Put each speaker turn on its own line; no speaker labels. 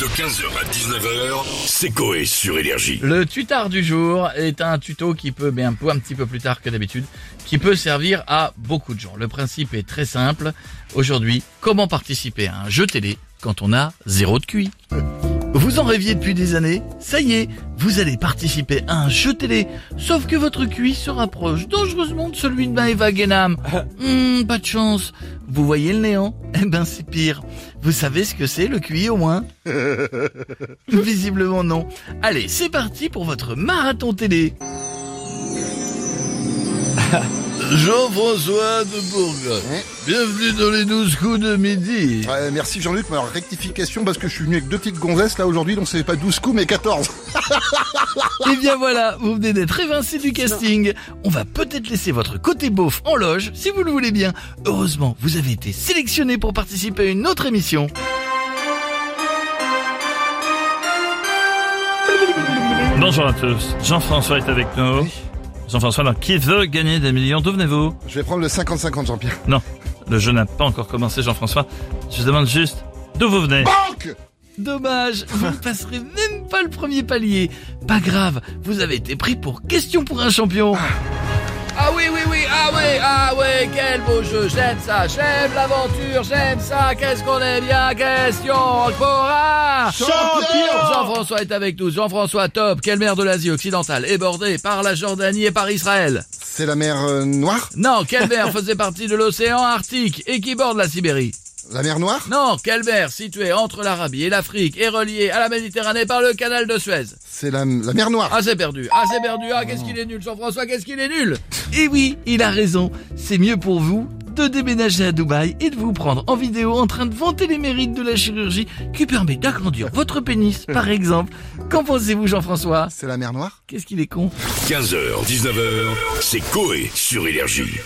De 15h à 19h, c'est Coé sur Énergie.
Le tutard du jour est un tuto qui peut, mais un peu un petit peu plus tard que d'habitude, qui peut servir à beaucoup de gens. Le principe est très simple. Aujourd'hui, comment participer à un jeu télé quand on a zéro de QI Vous en rêviez depuis des années Ça y est, vous allez participer à un jeu télé, sauf que votre QI se rapproche dangereusement de celui de Maeva Genam. Hmm, pas de chance. Vous voyez le néant Eh ben c'est pire. Vous savez ce que c'est le QI au moins Visiblement non. Allez, c'est parti pour votre marathon télé. Jean-François de Bourgogne, bienvenue dans les 12 coups de midi.
Ouais, merci Jean-Luc, mais alors rectification parce que je suis venu avec deux petites gonzesses là aujourd'hui, donc c'est pas 12 coups mais 14.
Et Eh bien voilà, vous venez d'être évincé du casting. On va peut-être laisser votre côté beauf en loge, si vous le voulez bien. Heureusement, vous avez été sélectionné pour participer à une autre émission.
Bonjour à tous, Jean-François est avec nous. Jean-François, alors qui veut gagner des millions, d'où venez-vous
Je vais prendre le 50-50 Jean-Pierre.
Non, le jeu n'a pas encore commencé, Jean-François. Je vous demande juste d'où vous venez.
Banque
Dommage, vous ne passerez même pas le premier palier. Pas grave, vous avez été pris pour question pour un champion. Ah oui, oui, oui, ah oui, ah oui, quel beau jeu, j'aime ça, j'aime l'aventure, j'aime ça, qu'est-ce qu'on est bien, question pour un Jean-François est avec nous, Jean-François Top, quelle mer de l'Asie occidentale est bordée par la Jordanie et par Israël
C'est la mer euh, noire
Non, quelle mer faisait partie de l'océan Arctique et qui borde la Sibérie
La mer noire
non, quelle mer située entre l'Arabie et l'Afrique est reliée à la Méditerranée par le canal de Suez
C'est la, la mer noire.
Ah, c'est perdu. Ah, c'est perdu. Ah, qu'est-ce qu'il est nul, Jean-François, qu'est-ce qu'il est nul Et oui, il a raison. C'est mieux pour vous de déménager à Dubaï et de vous prendre en vidéo en train de vanter les mérites de la chirurgie qui permet d'agrandir votre pénis, par exemple. Qu'en pensez-vous, Jean-François
C'est la mer noire
Qu'est-ce qu'il est con
15h, 19h, c'est Coé sur Énergie.